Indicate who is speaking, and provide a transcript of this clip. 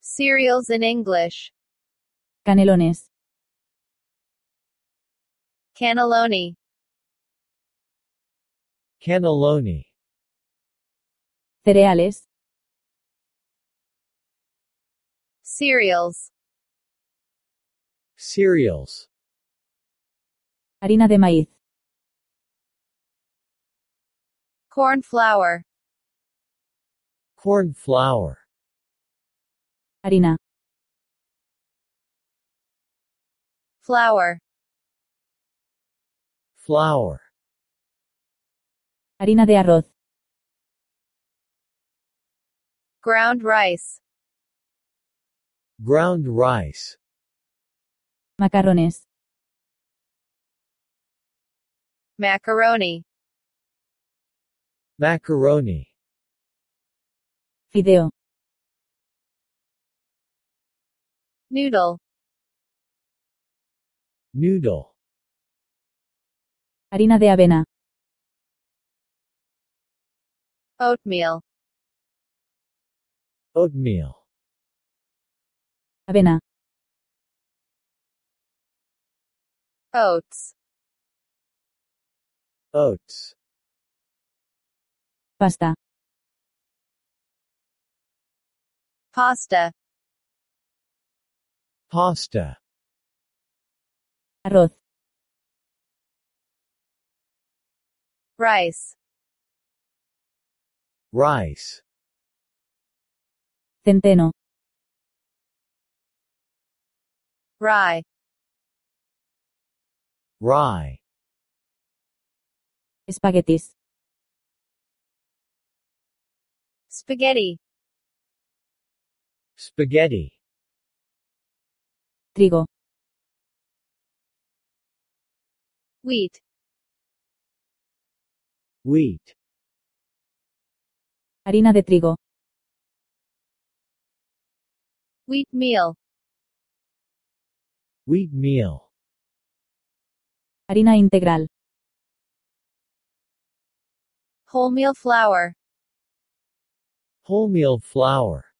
Speaker 1: Cereals in English.
Speaker 2: Canelones.
Speaker 1: Cannelloni.
Speaker 3: cannelloni,
Speaker 2: Cereales.
Speaker 1: Cereals.
Speaker 3: cereals,
Speaker 2: Harina de maíz.
Speaker 1: Corn flour.
Speaker 3: corn flour,
Speaker 2: Harina.
Speaker 1: Flour.
Speaker 3: flour,
Speaker 2: Harina de arroz.
Speaker 1: Ground rice.
Speaker 3: ground rice,
Speaker 2: Macarrones.
Speaker 1: Macaroni.
Speaker 3: macaroni,
Speaker 2: Fideo.
Speaker 1: Noodle.
Speaker 3: noodle,
Speaker 2: Harina de avena.
Speaker 1: Oatmeal.
Speaker 3: oatmeal,
Speaker 2: Avena.
Speaker 1: Oats.
Speaker 3: oats,
Speaker 2: Pasta.
Speaker 1: Pasta.
Speaker 3: pasta,
Speaker 2: Arroz.
Speaker 1: Rice.
Speaker 3: rice,
Speaker 2: Centeno.
Speaker 1: Rye.
Speaker 3: rye,
Speaker 2: Espaguetis.
Speaker 1: Spaghetti.
Speaker 3: spaghetti,
Speaker 2: Trigo.
Speaker 1: Wheat.
Speaker 3: wheat,
Speaker 2: Harina de trigo.
Speaker 1: Wheat meal.
Speaker 3: wheat meal,
Speaker 2: Harina integral.
Speaker 1: Wholemeal flour.
Speaker 3: wholemeal flour,